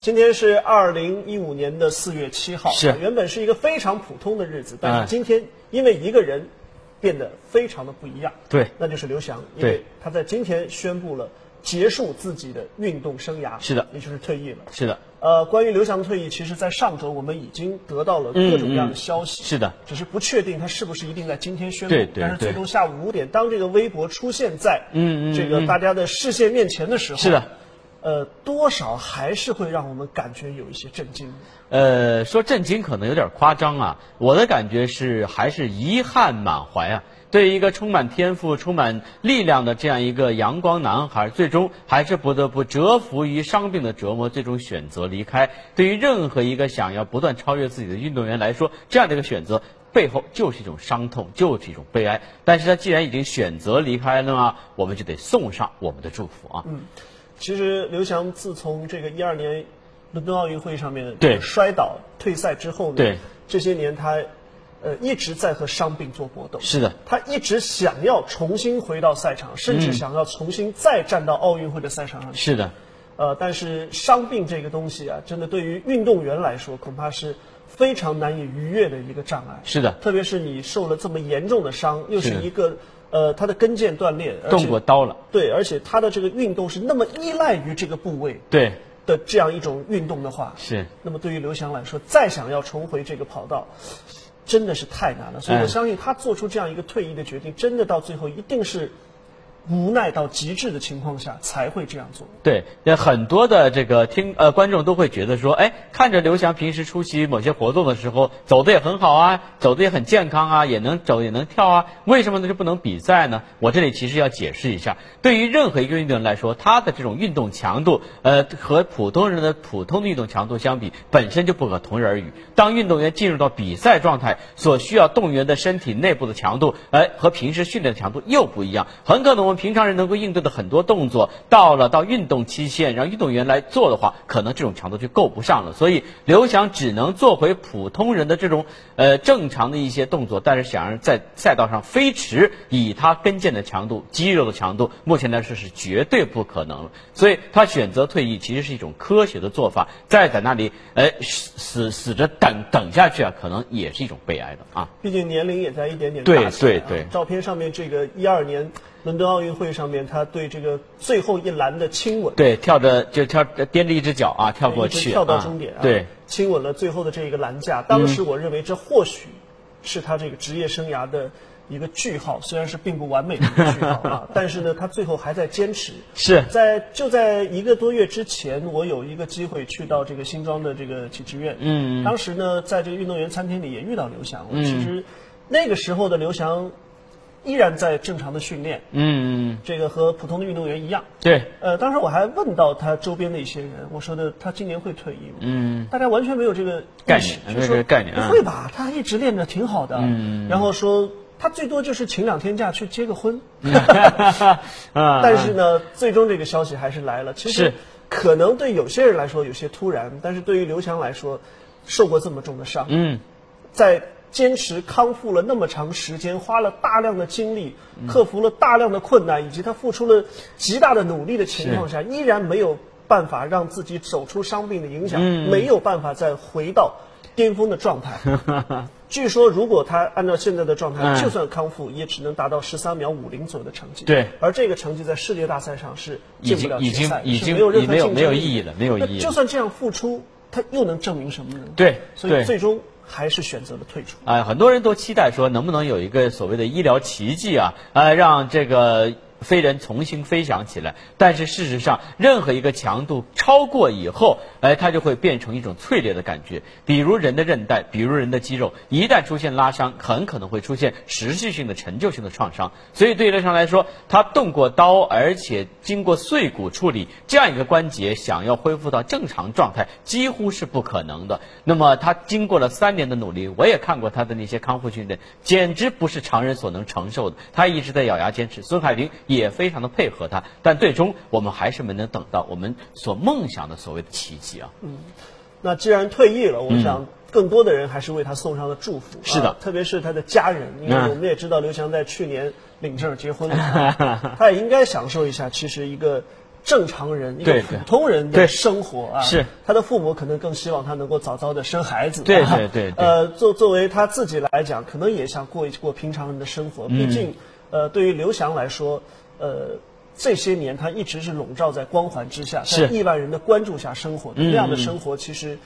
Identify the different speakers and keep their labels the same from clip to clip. Speaker 1: 今天是二零一五年的四月七号，啊
Speaker 2: 是
Speaker 1: 原本是一个非常普通的日子，但
Speaker 2: 嗯
Speaker 1: 是今天因为一个人变得非常的不一样，
Speaker 2: 对
Speaker 1: 那就是刘翔，因
Speaker 2: 对
Speaker 1: 为他在今天宣布了结束自己的运动生涯，
Speaker 2: 是的
Speaker 1: 也就是退役了。
Speaker 2: 是的，
Speaker 1: 呃，关于刘翔的退役，其实，在上周我们已经得到了各种各样的消息，
Speaker 2: 嗯嗯是的，
Speaker 1: 只是不确定他是不是一定在今天宣布。
Speaker 2: 对对
Speaker 1: 但是最
Speaker 2: 对
Speaker 1: 终下午五点，当这个微博出现在
Speaker 2: 嗯嗯
Speaker 1: 这个大家的视线面前的时候，
Speaker 2: 是的，
Speaker 1: 呃，多少还是会让我们感觉有一些震惊。
Speaker 2: 呃，说震惊可能有点夸张啊，我的感觉是还是遗憾满怀啊。对于一个充满天赋、充满力量的这样一个阳光男孩，最终还是不得不折服于伤病的折磨，最终选择离开。对于任何一个想要不断超越自己的运动员来说，这样的一个选择背后就是一种伤痛，就是一种悲哀。但是他既然已经选择离开了嘛，我们就得送上我们的祝福啊。
Speaker 1: 其实刘翔自从这个一二年伦敦奥运会上面
Speaker 2: 对
Speaker 1: 摔倒退赛之后呢，
Speaker 2: 对
Speaker 1: 这些年他呃一直在和伤病做搏斗。
Speaker 2: 是的，
Speaker 1: 他一直想要重新回到赛场，甚至想要重新再站到奥运会的赛场上去。
Speaker 2: 嗯是的。
Speaker 1: 呃，但是伤病这个东西啊，真的对于运动员来说，恐怕是非常难以逾越的一个障碍。
Speaker 2: 是的
Speaker 1: 特别是你受了这么严重的伤，又
Speaker 2: 是
Speaker 1: 是
Speaker 2: 的
Speaker 1: 一个呃，他的跟腱断裂，而且
Speaker 2: 动过刀了。
Speaker 1: 对，而且他的这个运动是那么依赖于这个部位
Speaker 2: 对，
Speaker 1: 的这样一种运动的话，
Speaker 2: 是
Speaker 1: 那么对于刘翔来说，再想要重回这个跑道，真的是太难了。所以我
Speaker 2: 哎
Speaker 1: 相信他做出这样一个退役的决定，真的到最后一定是无奈到极致的情况下才会这样做。
Speaker 2: 对，那很多的这个听呃观众都会觉得说，哎，看着刘翔平时出席某些活动的时候，走的也很好啊，走的也很健康啊，也能走也能跳啊，为什么呢就不能比赛呢？我这里其实要解释一下，对于任何一个运动员来说，他的这种运动强度，呃，和普通人的普通的运动强度相比，本身就不可同日而语。当运动员进入到比赛状态，所需要动员的身体内部的强度，哎、和平时训练的强度又不一样。很可能我们平常人能够应对的很多动作，到了到运动期限，让运动员来做的话，可能这种强度就够不上了。所以刘翔只能做回普通人的这种呃正常的一些动作，但是想让在赛道上飞驰，以他跟腱的强度、肌肉的强度，目前来说是绝对不可能了。所以他选择退役其实是一种科学的做法，再在那里呃死死着等等下去啊，可能也是一种悲哀的啊。
Speaker 1: 毕竟年龄也在一点点
Speaker 2: 对
Speaker 1: 大起来、啊、
Speaker 2: 对对
Speaker 1: 照片上面这个一二年伦敦奥运会上面，他对这个最后一栏的亲吻，
Speaker 2: 对，跳着就跳踮着一只脚啊，跳过
Speaker 1: 一直
Speaker 2: 去，
Speaker 1: 跳到
Speaker 2: 啊
Speaker 1: 终点啊，
Speaker 2: 对，，
Speaker 1: 亲吻了最后的这一个栏架。当时我认为这或许是他这个职业生涯的一个句号，虽然是并不完美的一个句号 啊，但是呢，他最后还在坚持。
Speaker 2: 是
Speaker 1: 在就在一个多月之前，我有一个机会去到这个新庄的这个体制院，嗯，当时呢，在这个运动员餐厅里也遇到刘翔，嗯、其实那个时候的刘翔依然在正常的训练，
Speaker 2: 嗯，
Speaker 1: 这个和普通的运动员一样，
Speaker 2: 对，
Speaker 1: 呃，当时我还问到他周边的一些人，我说的他今年会退役吗？嗯，大家完全没有这个意识
Speaker 2: 概念没有
Speaker 1: 就
Speaker 2: 这
Speaker 1: 说
Speaker 2: 个概念
Speaker 1: 不
Speaker 2: 啊
Speaker 1: 会吧？他一直练着挺好的，嗯，然后说他最多就是请两天假去结个婚，
Speaker 2: 嗯啊，
Speaker 1: 但是呢，最终这个消息还是来了。其实
Speaker 2: 是
Speaker 1: 可能对有些人来说有些突然，但是对于刘翔来说，受过这么重的伤，
Speaker 2: 嗯，
Speaker 1: 在坚持康复了那么长时间，花了大量的精力，
Speaker 2: 嗯
Speaker 1: 克服了大量的困难，以及他付出了极大的努力的情况下，依然没有办法让自己走出伤病的影响，
Speaker 2: 嗯
Speaker 1: 没有办法再回到巅峰的状态。 据说，如果他按照现在的状态，
Speaker 2: 嗯
Speaker 1: 就算康复，也只能达到十三秒五零左右的成绩。
Speaker 2: 对
Speaker 1: 而这个成绩在世界大赛上是进不了
Speaker 2: 已
Speaker 1: 决
Speaker 2: 经
Speaker 1: 赛的，
Speaker 2: 已
Speaker 1: 是
Speaker 2: 经
Speaker 1: 没有任
Speaker 2: 已
Speaker 1: 何
Speaker 2: 没有
Speaker 1: 竞争
Speaker 2: 没有意义了没有
Speaker 1: 那
Speaker 2: 意义了
Speaker 1: 就算这样付出，他又能证明什么呢？
Speaker 2: 对
Speaker 1: 所以
Speaker 2: 对
Speaker 1: 最终还是选择了退出。
Speaker 2: 哎，很多人都期待说，能不能有一个所谓的医疗奇迹啊，呃，让这个飞人重新飞翔起来。但是事实上，任何一个强度超过以后，哎，它就会变成一种脆裂的感觉。比如人的韧带，比如人的肌肉，一旦出现拉伤，很可能会出现持续性的陈旧性的创伤。所以对于刘翔来说，他动过刀，而且经过碎骨处理，这样一个关节想要恢复到正常状态，几乎是不可能的。那么他经过了三年的努力，我也看过他的那些康复训练，简直不是常人所能承受的。他一直在咬牙坚持，孙海平也非常的配合他，但最终我们还是没能等到我们所梦想的所谓的奇迹啊！
Speaker 1: 那既然退役了，我想更多的人还是为他送上了祝福。
Speaker 2: 嗯是的
Speaker 1: 啊特别是他的家人，因为
Speaker 2: 嗯
Speaker 1: 我们也 知道刘翔在去年领证结婚了，啊他也应该享受一下其实一个正常人、一个
Speaker 2: 对
Speaker 1: 普
Speaker 2: 对
Speaker 1: 通人的
Speaker 2: 对
Speaker 1: 生活啊。
Speaker 2: 是
Speaker 1: 他的父母可能更希望他能够早早的生孩子啊。
Speaker 2: 对对对对
Speaker 1: 呃，作作为他自己来讲，可能也想过一过平常人的生
Speaker 2: 嗯
Speaker 1: 活。毕竟，呃，对于刘翔来说，呃。这些年，他一直是笼罩在光环之下，在
Speaker 2: 是嗯
Speaker 1: 亿万人的关注下生活的。那样的生活，其实，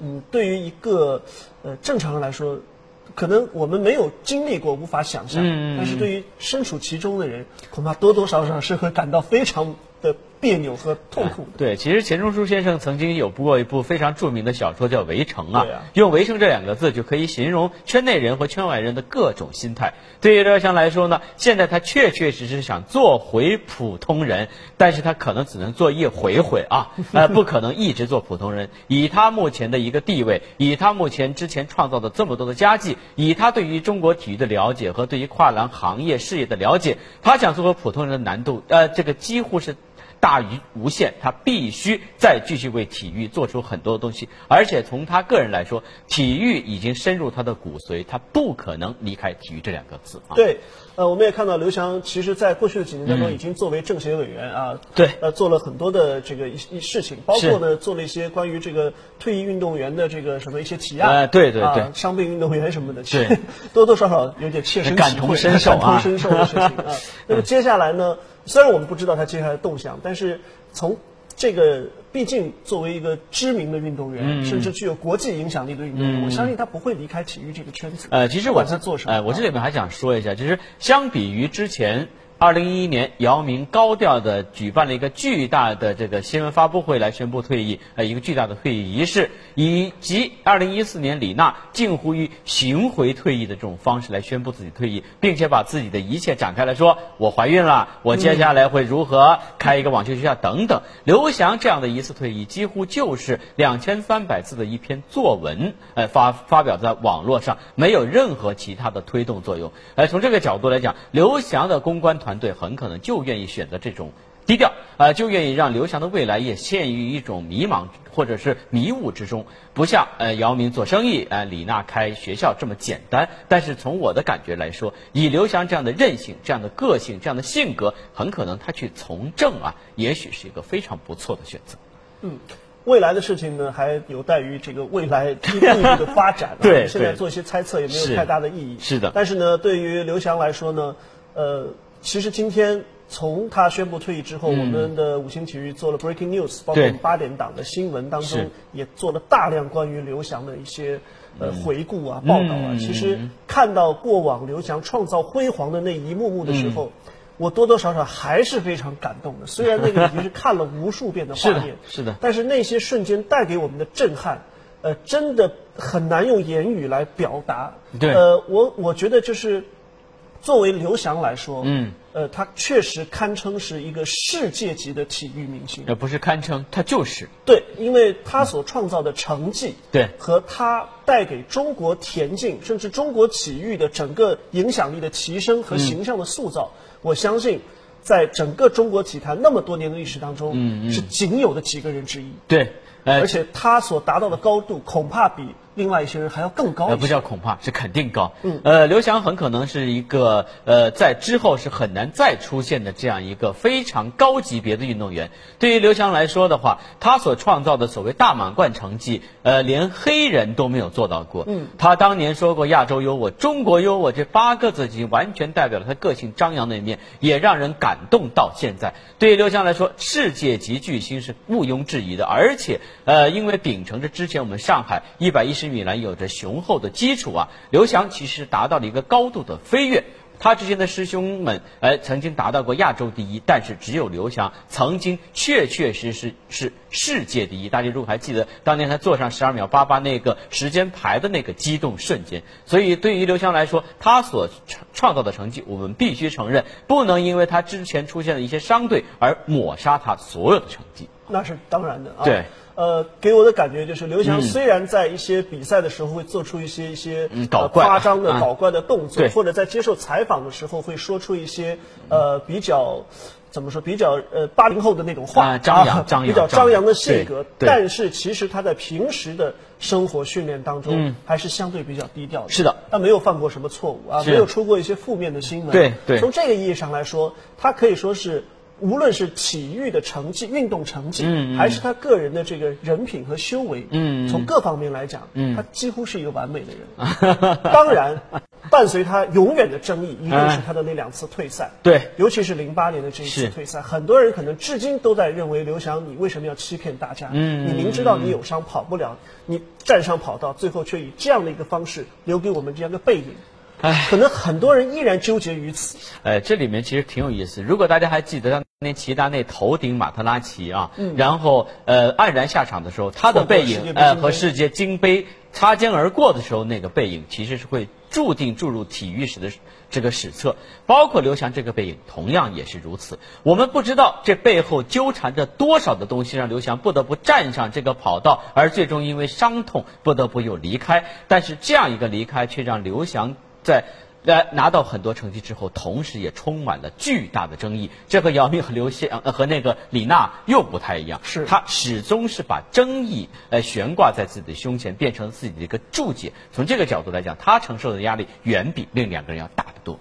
Speaker 1: 嗯，对于一个呃正常人来说，可能我们没有经历过，无法想象。
Speaker 2: 嗯
Speaker 1: 但是对于身处其中的人，恐怕多多少少是会感到非常的别扭和痛苦的。
Speaker 2: 哎对，其实钱钟书先生曾经有过一部非常著名的小说叫《围城》啊，
Speaker 1: 对啊
Speaker 2: 用“围城”这两个字就可以形容圈内人和圈外人的各种心态。对于刘翔来说呢，现在他确确实实想做回普通人，但是他可能只能做一回回啊， 呃，不可能一直做普通人。以他目前的一个地位，以他目前之前创造的这么多的佳绩，以他对于中国体育的了解和对于跨栏行业事业的了解，他想做回普通人的难度，呃，这个几乎是。大于无限，他必须再继续为体育做出很多东西。而且从他个人来说，体育已经深入他的骨髓，他不可能离开体育这两个字啊。
Speaker 1: 对，呃，我们也看到刘翔，其实在过去的几年当中，已经作为政协委员啊，
Speaker 2: 对
Speaker 1: 呃，做了很多的这个一一事情，包括呢，做了一些关于这个退役运动员的这个什么一些提案，
Speaker 2: 呃对对
Speaker 1: 啊
Speaker 2: 对
Speaker 1: 伤病运动员什么的，其实
Speaker 2: 对
Speaker 1: 多多少少有点切身
Speaker 2: 感
Speaker 1: 体
Speaker 2: 同
Speaker 1: 会
Speaker 2: 身受啊
Speaker 1: 感同身受的事情 啊。那么接下来呢，虽然我们不知道他接下来的动向，但是从这个，毕竟作为一个知名的运动
Speaker 2: 嗯
Speaker 1: 员，甚至具有国际影响力的运动员，我相信他不会离开体育这个圈子。
Speaker 2: 呃，其实
Speaker 1: 不
Speaker 2: 我
Speaker 1: 管他做什么，
Speaker 2: 呃，我这里面还想说一下，就是相比于之前。二零一一年，姚明高调的举办了一个巨大的这个新闻发布会来宣布退役，呃，一个巨大的退役仪式，以及二零一四年李娜近乎于巡回退役的这种方式来宣布自己退役，并且把自己的一切展开来说，我怀孕了，我
Speaker 1: 嗯
Speaker 2: 接下来会如何开一个网球学校等等。刘翔这样的一次退役，几乎就是两千三百字的一篇作文，呃，发发表在网络上，没有任何其他的推动作用。呃，从这个角度来讲，刘翔的公关团队很可能就愿意选择这种低调，呃，就愿意让刘翔的未来也陷于一种迷茫或者是迷雾之中，不像呃姚明做生意，呃李娜开学校这么简单。但是从我的感觉来说，以刘翔这样的韧性、这样的个性、这样的性格，很可能他去从政啊，也许是一个非常不错的选择。
Speaker 1: 未来的事情呢，还有待于这个未来进一步的发展、啊。
Speaker 2: 对
Speaker 1: 现在
Speaker 2: 对
Speaker 1: 做一些猜测也没有
Speaker 2: 是
Speaker 1: 太大的意义。
Speaker 2: 是的
Speaker 1: 但是呢，对于刘翔来说呢，呃，其实今天从他宣布退役之后，我们的五星体育做了 breaking news，包括我
Speaker 2: 嗯对
Speaker 1: 们八点档的新闻当中
Speaker 2: 是
Speaker 1: 也做了大量关于刘翔的一些呃回顾啊、报道啊。
Speaker 2: 嗯
Speaker 1: 其实看到过往刘翔创造辉煌的那一幕幕的时候。
Speaker 2: 嗯
Speaker 1: 我多多少少还是非常感动的，虽然那个已经是看了无数遍的画
Speaker 2: 是的
Speaker 1: 面，
Speaker 2: 是的
Speaker 1: 但是那些瞬间带给我们的震撼，呃，真的很难用言语来表达。
Speaker 2: 对
Speaker 1: 呃，我我觉得就是作为刘翔来说，
Speaker 2: 嗯，
Speaker 1: 呃，他确实堪称是一个世界级的体育明星。
Speaker 2: 呃，不是堪称，他就是
Speaker 1: 对，因为他所创造的成绩，
Speaker 2: 对
Speaker 1: 和他带给中国田径甚至中国体育的整个影响力的提升
Speaker 2: 嗯
Speaker 1: 和形象的塑造，我相信。在整个中国体坛那么多年的历史当中，
Speaker 2: 嗯
Speaker 1: 是仅有的几个人之一。
Speaker 2: 对，呃
Speaker 1: 而，且他所达到的高度，恐怕比另外一些人还要更高
Speaker 2: 呃，
Speaker 1: 一
Speaker 2: 不
Speaker 1: 些。
Speaker 2: 叫恐怕，是肯定高。呃，刘翔很可能是一个呃，在之后是很难再出现的这样一个非常高级别的运动员。对于刘翔来说的话，他所创造的所谓大满贯成绩，呃，连黑人都没有做到过。嗯，他当年说过“亚洲优我，中国优我”这八个字，已经完全代表了他个性张扬的一面，也让人感动到现在。对于刘翔来说，世界级巨星是毋庸置疑的，而且呃，因为秉承着之前我们上海一百一十米栏有着雄厚的基础啊，刘翔其实达到了一个高度的飞跃。他之前的师兄们，呃，曾经达到过亚洲第一，但是只有刘翔曾经确确实实是世界第一。大家如果还记得当年他坐上十二秒八八那个时间牌的那个激动瞬间，所以对于刘翔来说，他所创创造的成绩，我们必须承认，不能因为他之前出现的一些伤队而抹杀他所有的成绩。
Speaker 1: 那是当然的啊。
Speaker 2: 对。
Speaker 1: 呃，给我的感觉就是，刘翔虽然在一些比赛的时候会做出一些一些、
Speaker 2: 嗯
Speaker 1: 呃
Speaker 2: 搞怪
Speaker 1: 夸张的、
Speaker 2: 啊
Speaker 1: 搞怪的动作，
Speaker 2: 对
Speaker 1: 或者在接受采访的时候会说出一些呃比较怎么说比较呃八零后的那种话，
Speaker 2: 啊张扬张
Speaker 1: 比
Speaker 2: 扬
Speaker 1: 较
Speaker 2: 张扬
Speaker 1: 张扬的性格。
Speaker 2: 对对
Speaker 1: 但是其实他在平时的生活训练当中还是相对比较低调的。
Speaker 2: 嗯是的，
Speaker 1: 他没有犯过什么错误啊，
Speaker 2: 是
Speaker 1: 没有出过一些负面的新闻。
Speaker 2: 对对
Speaker 1: 从这个意义上来说，他可以说是无论是体育的成绩、运动成绩，
Speaker 2: 嗯
Speaker 1: 还是他个人的这个人品和修为，从各方面来讲，
Speaker 2: 嗯
Speaker 1: 他几乎是一个完美的人。当然，伴随他永远的争议，一定是他的那两次退赛。
Speaker 2: 对，
Speaker 1: 尤其是零八年的这一次
Speaker 2: 是
Speaker 1: 退赛，很多人可能至今都在认为刘翔，你为什么要欺骗大家？你明知道你有伤跑不了，你站上跑道，最后却以这样的一个方式留给我们这样一个背影。可能很多人依然纠结于此。
Speaker 2: 呃，这里面其实挺有意思。如果大家还记得当年齐达内头顶马特拉齐啊，然后呃黯然下场的时候，他的
Speaker 1: 嗯错过
Speaker 2: 背
Speaker 1: 世界
Speaker 2: 影
Speaker 1: 杯
Speaker 2: 呃
Speaker 1: 金杯
Speaker 2: 和世界金杯擦肩而过的时候，那个背影其实是会注定注入体育史的这个史册，包括刘翔这个背影，同样也是如此。我们不知道这背后纠缠着多少的东西，让刘翔不得不站上这个跑道，而最终因为伤痛不得不又离开。但是这样一个离开，却让刘翔在呃，拿到很多成绩之后，同时也充满了巨大的争议。这和姚明和刘翔、呃、和那个李娜又不太一样，
Speaker 1: 是
Speaker 2: 他始终是把争议呃悬挂在自己的胸前，变成自己的一个注解。从这个角度来讲，他承受的压力远比另两个人要大得多。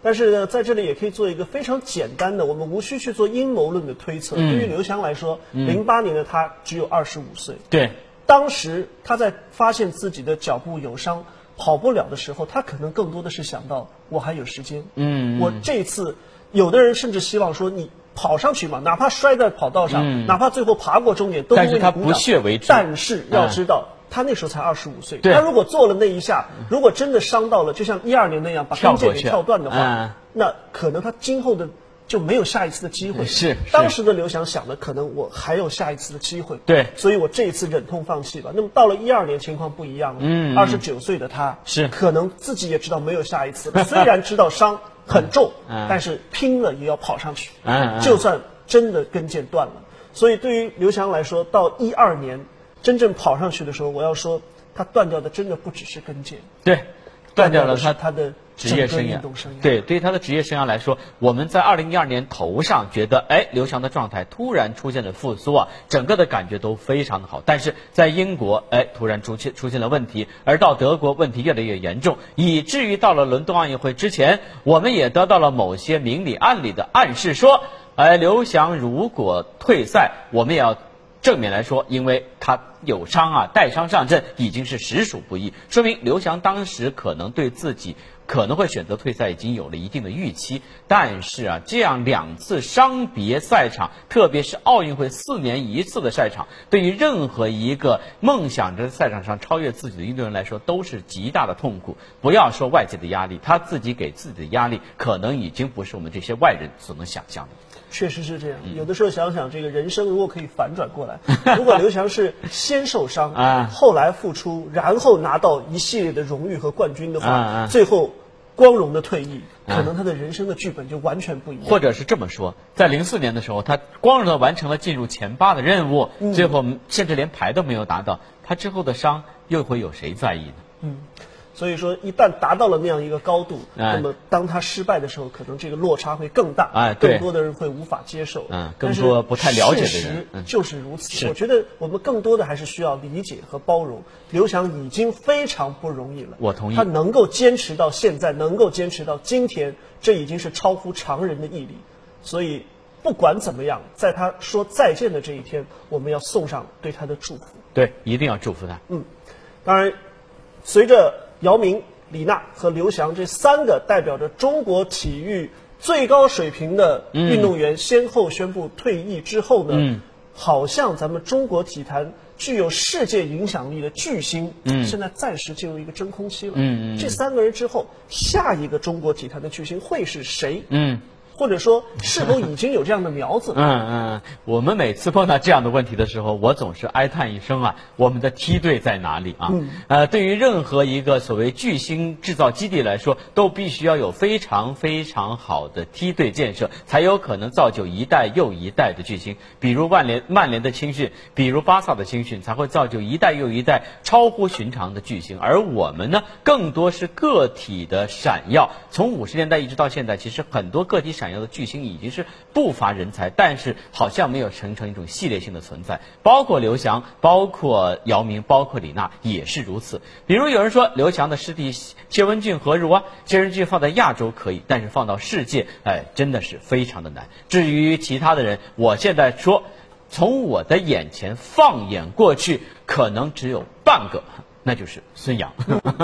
Speaker 1: 但是呢，在这里也可以做一个非常简单的，我们无需去做阴谋论的推测。对于刘翔来说，零八年的他只有二十五岁，
Speaker 2: 对，
Speaker 1: 当时他在发现自己的脚步有伤、跑不了的时候，他可能更多的是想到我还有时间。嗯，我这一次，有的人甚至希望说你跑上去嘛，哪怕摔在跑道上，哪怕最后爬过终点，都会
Speaker 2: 嗯但是
Speaker 1: 为你
Speaker 2: 他
Speaker 1: 鼓
Speaker 2: 不
Speaker 1: 掌
Speaker 2: 屑为之嗯
Speaker 1: 但是要知道。他那时候才二十五岁，
Speaker 2: 对
Speaker 1: 他如果做了那一下，如果真的伤到了，就像一二年那样把
Speaker 2: 跳
Speaker 1: 跟
Speaker 2: 过
Speaker 1: 腱
Speaker 2: 去
Speaker 1: 给跳断的话，
Speaker 2: 嗯
Speaker 1: 那可能他今后的就没有下一次的机会。
Speaker 2: 是是
Speaker 1: 当时的刘翔想的，可能我还有下一次的机会。
Speaker 2: 对
Speaker 1: 所以我这一次忍痛放弃了。那么到了一二年，情况不一样了。嗯，二十九岁的他
Speaker 2: 是
Speaker 1: 可能自己也知道没有下一次 了，虽然知道伤很重，
Speaker 2: 嗯
Speaker 1: 但是拼了也要跑上去。
Speaker 2: 嗯嗯
Speaker 1: 就算真的跟腱断了，所以对于刘翔来说，到一二年真正跑上去的时候，我要说他断掉的真的不只是跟腱，
Speaker 2: 对，断掉了
Speaker 1: 的是
Speaker 2: 他
Speaker 1: 他的
Speaker 2: 职业
Speaker 1: 整个
Speaker 2: 生
Speaker 1: 运
Speaker 2: 涯
Speaker 1: 动生涯。
Speaker 2: 对，对于他的职业生涯来说，我们在二零一二年头上觉得，哎，刘翔的状态突然出现了复苏啊，整个的感觉都非常的好。但是在英国，哎，突然出现出现了问题，而到德国问题越来越严重，以至于到了伦敦奥运会之前，我们也得到了某些明里暗里的暗示说，哎，刘翔如果退赛，我们也要正面来说，因为他有伤啊，带伤上阵已经是实属不易，说明刘翔当时可能对自己可能会选择退赛已经有了一定的预期。但是啊，这样两次伤别赛场，特别是奥运会四年一次的赛场，对于任何一个梦想着在赛场上超越自己的运动员来说，都是极大的痛苦。不要说外界的压力，他自己给自己的压力，可能已经不是我们这些外人所能想象的。
Speaker 1: 确实是这
Speaker 2: 嗯
Speaker 1: 样。有的时候想想，这个人生如果可以反转过 来，如果刘翔是先受伤，
Speaker 2: 啊
Speaker 1: 后来复出，然后拿到一系列的荣誉和冠军的话，
Speaker 2: 啊啊
Speaker 1: 最后光荣的退役，可能他的人生的剧本就完全不一样。
Speaker 2: 或者是这么说，在零四年的时候，他光荣的完成了进入前八的任务，最后甚至连牌都没有拿到，他之后的伤又会有谁在意呢？
Speaker 1: 所以说，一旦达到了那样一个高度，
Speaker 2: 哎
Speaker 1: 那么当他失败的时候，可能这个落差会更大，
Speaker 2: 哎对
Speaker 1: 更多的人会无法接受，
Speaker 2: 嗯
Speaker 1: 但是
Speaker 2: 更多不太了解的人
Speaker 1: 事实
Speaker 2: 嗯
Speaker 1: 就是如此。
Speaker 2: 是
Speaker 1: 我觉得我们更多的还是需要理解和包容。刘翔已经非常不容易了，
Speaker 2: 我同意
Speaker 1: 他能够坚持到现在，能够坚持到今天，这已经是超乎常人的毅力。所以，不管怎么样，在他说再见的这一天，我们要送上对他的祝福。
Speaker 2: 对，一定要祝福他。
Speaker 1: 当然，随着姚明、李娜和刘翔这三个代表着中国体育最高水平的
Speaker 2: 嗯
Speaker 1: 运动员先后宣布退役之后呢，好像咱们中国体坛具有世界影响力的巨星，现在暂时进入一个真空期了。
Speaker 2: 嗯
Speaker 1: 这三个人之后，下一个中国体坛的巨星会是谁？
Speaker 2: 嗯
Speaker 1: 或者说，是否已经有这样的苗子？
Speaker 2: 嗯嗯，我们每次碰到这样的问题的时候，我总是哀叹一声啊，我们的梯队在哪里啊？呃，对于任何一个所谓巨星制造基地来说，都必须要有非常非常好的梯队建设，才有可能造就一代又一代的巨星。比如曼联曼联的青训，比如巴萨的青训，才会造就一代又一代超乎寻常的巨星。而我们呢，更多是个体的闪耀。从五十年代一直到现在，其实很多个体闪。闪耀的巨星已经是不乏人才，但是好像没有形成一种系列性的存在。包括刘翔，包括姚明，包括李娜也是如此。比如有人说刘翔的师弟谢文俊何如啊，谢文俊放在亚洲可以，但是放到世界，哎，真的是非常的难。至于其他的人，我现在说，从我的眼前放眼过去，可能只有半个。那就是孙杨。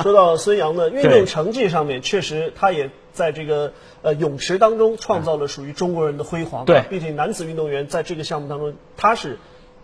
Speaker 1: 说到孙杨呢，运
Speaker 2: 对
Speaker 1: 动成绩上面确实他也在这个呃泳池当中创造了属于中国人的辉煌。啊
Speaker 2: 对
Speaker 1: 毕竟男子运动员在这个项目当中他是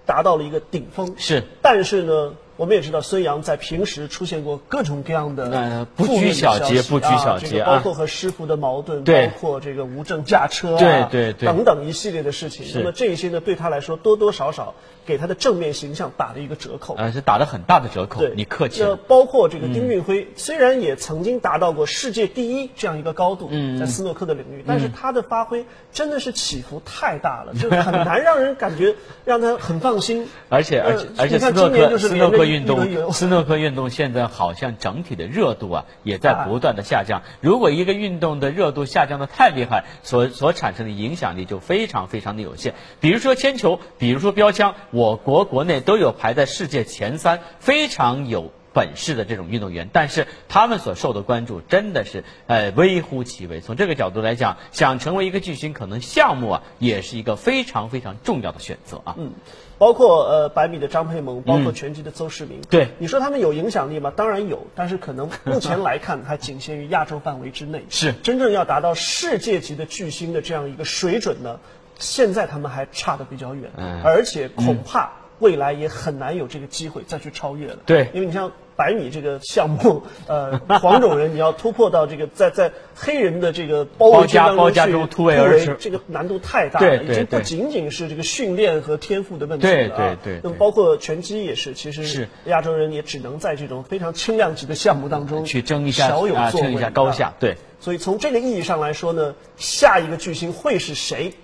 Speaker 1: 达到了一个顶峰。
Speaker 2: 是，
Speaker 1: 但是呢。我们也知道，孙杨在平时出现过各种各样的
Speaker 2: 呃不
Speaker 1: 负面
Speaker 2: 拘
Speaker 1: 的
Speaker 2: 小节
Speaker 1: 消息
Speaker 2: 不拘
Speaker 1: 啊
Speaker 2: 小
Speaker 1: 这
Speaker 2: 节
Speaker 1: 个
Speaker 2: 啊
Speaker 1: 包括和师傅的矛盾，包
Speaker 2: 对
Speaker 1: 括这个无证驾车啊，
Speaker 2: 对对对
Speaker 1: 等等一系列的事情。
Speaker 2: 是
Speaker 1: 那么这一些呢，对他来说多多少少给他的正面形象打了一个折扣。
Speaker 2: 呃，是打了很大的折扣
Speaker 1: 对，，
Speaker 2: 你嗯客气
Speaker 1: 那
Speaker 2: 了。
Speaker 1: 包括这个丁俊晖，虽然也曾经达到过世界第一这样一个高度，
Speaker 2: 嗯
Speaker 1: 在斯诺克的领域，但是他的发挥真的是起伏太大了，就是很难让人感觉让他很放心。
Speaker 2: 而且而且
Speaker 1: 呃
Speaker 2: 而且
Speaker 1: 你看
Speaker 2: 斯诺
Speaker 1: 今年就
Speaker 2: 克
Speaker 1: 是
Speaker 2: 斯诺克
Speaker 1: 连着
Speaker 2: 运
Speaker 1: 一轮游
Speaker 2: 动斯诺克运动现在好像整体的热度 啊也在不断的下降。如果一个运动的热度下降的太厉害，所所产生的影响力就非常非常的有限。比如说铅球，比如说标枪，我国国内都有排在世界前三，非常有。本事的这种运动员，但是他们所受的关注真的是呃微乎其微。从这个角度来讲，想成为一个巨星，可能项目啊也是一个非常非常重要的选择啊。嗯，
Speaker 1: 包括呃百米的张佩萌，包括拳击的邹市明、
Speaker 2: 对
Speaker 1: 你说他们有影响力吗？当然有，但是 可能目前来看还仅限于亚洲范围之内。
Speaker 2: 是
Speaker 1: 真正要达到世界级的巨星的这样一个水准呢，现在他们还差得比较远，
Speaker 2: 嗯
Speaker 1: 而且恐怕未来也很难有这个机会再去超越了。
Speaker 2: 对
Speaker 1: 因为你像百米这个项目， 呃，黄种人你要突破到这个在在黑人的这个包
Speaker 2: 包
Speaker 1: 围
Speaker 2: 夹
Speaker 1: 圈当
Speaker 2: 包
Speaker 1: 中
Speaker 2: 夹
Speaker 1: 去
Speaker 2: 中突围而出
Speaker 1: 这个难度太大
Speaker 2: 对
Speaker 1: 了，
Speaker 2: 对
Speaker 1: 已经不
Speaker 2: 对
Speaker 1: 仅仅是这个训练和天赋的问题
Speaker 2: 对
Speaker 1: 了啊。
Speaker 2: 对对
Speaker 1: 那么
Speaker 2: 对
Speaker 1: 包括拳击也是，其
Speaker 2: 是
Speaker 1: 实亚洲人也只能在这种非常轻量级的项目当中
Speaker 2: 去争一下
Speaker 1: 小有
Speaker 2: 啊，
Speaker 1: 作为、
Speaker 2: 争一下高下
Speaker 1: 啊。。
Speaker 2: 对，
Speaker 1: 所以从这个意义上来说呢，下一个巨星会是谁？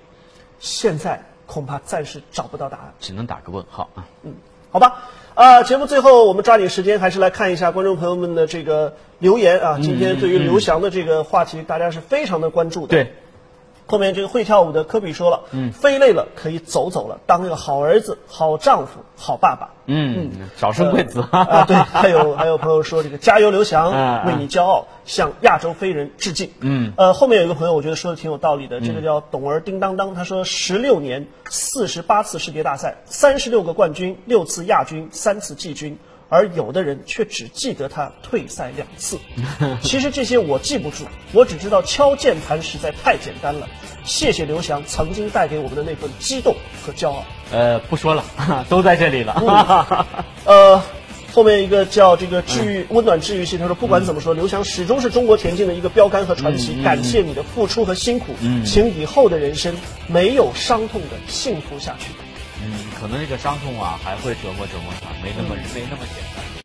Speaker 1: 现在恐怕暂时找不到答案。
Speaker 2: 只能打个问号啊。
Speaker 1: 好吧。呃，节目最后我们抓紧时间，还是来看一下观众朋友们的这个留言
Speaker 2: 嗯
Speaker 1: 啊。今天对于刘翔的这个话题，大家是非常的关注的。，
Speaker 2: 对，
Speaker 1: 后面这个会跳舞的科比说了，嗯，飞累了可以走走了，当一个好儿子、好丈夫、好爸爸。
Speaker 2: 嗯，早生贵子
Speaker 1: 啊、
Speaker 2: 哈。
Speaker 1: 对，还有还有朋友说这个加油刘翔，
Speaker 2: 啊
Speaker 1: 为你骄傲，向亚洲飞人致敬。嗯，呃，后面有一个朋友我觉得说的挺有道理的，这
Speaker 2: 嗯
Speaker 1: 个叫董儿叮当当，他说十六年四十八次世界大赛，三十六个冠军，六次亚军，三次季军。而有的人却只记得他退赛两 次，其实这些我记不住，我只知道敲键盘实在太简单了。谢谢刘翔曾经带给我们的那份激动和骄傲。
Speaker 2: 呃，不说了， 都在这里了。
Speaker 1: 呃，后面一个叫这个治愈温暖治愈系，他说不管怎么说，刘翔始终是中国田径的一个标杆和传奇，感谢你的付出和辛苦，请以后的人生没有伤痛的幸福下去。
Speaker 2: 嗯，可能这个伤痛啊，还会折磨折磨他，没那么没那么简单。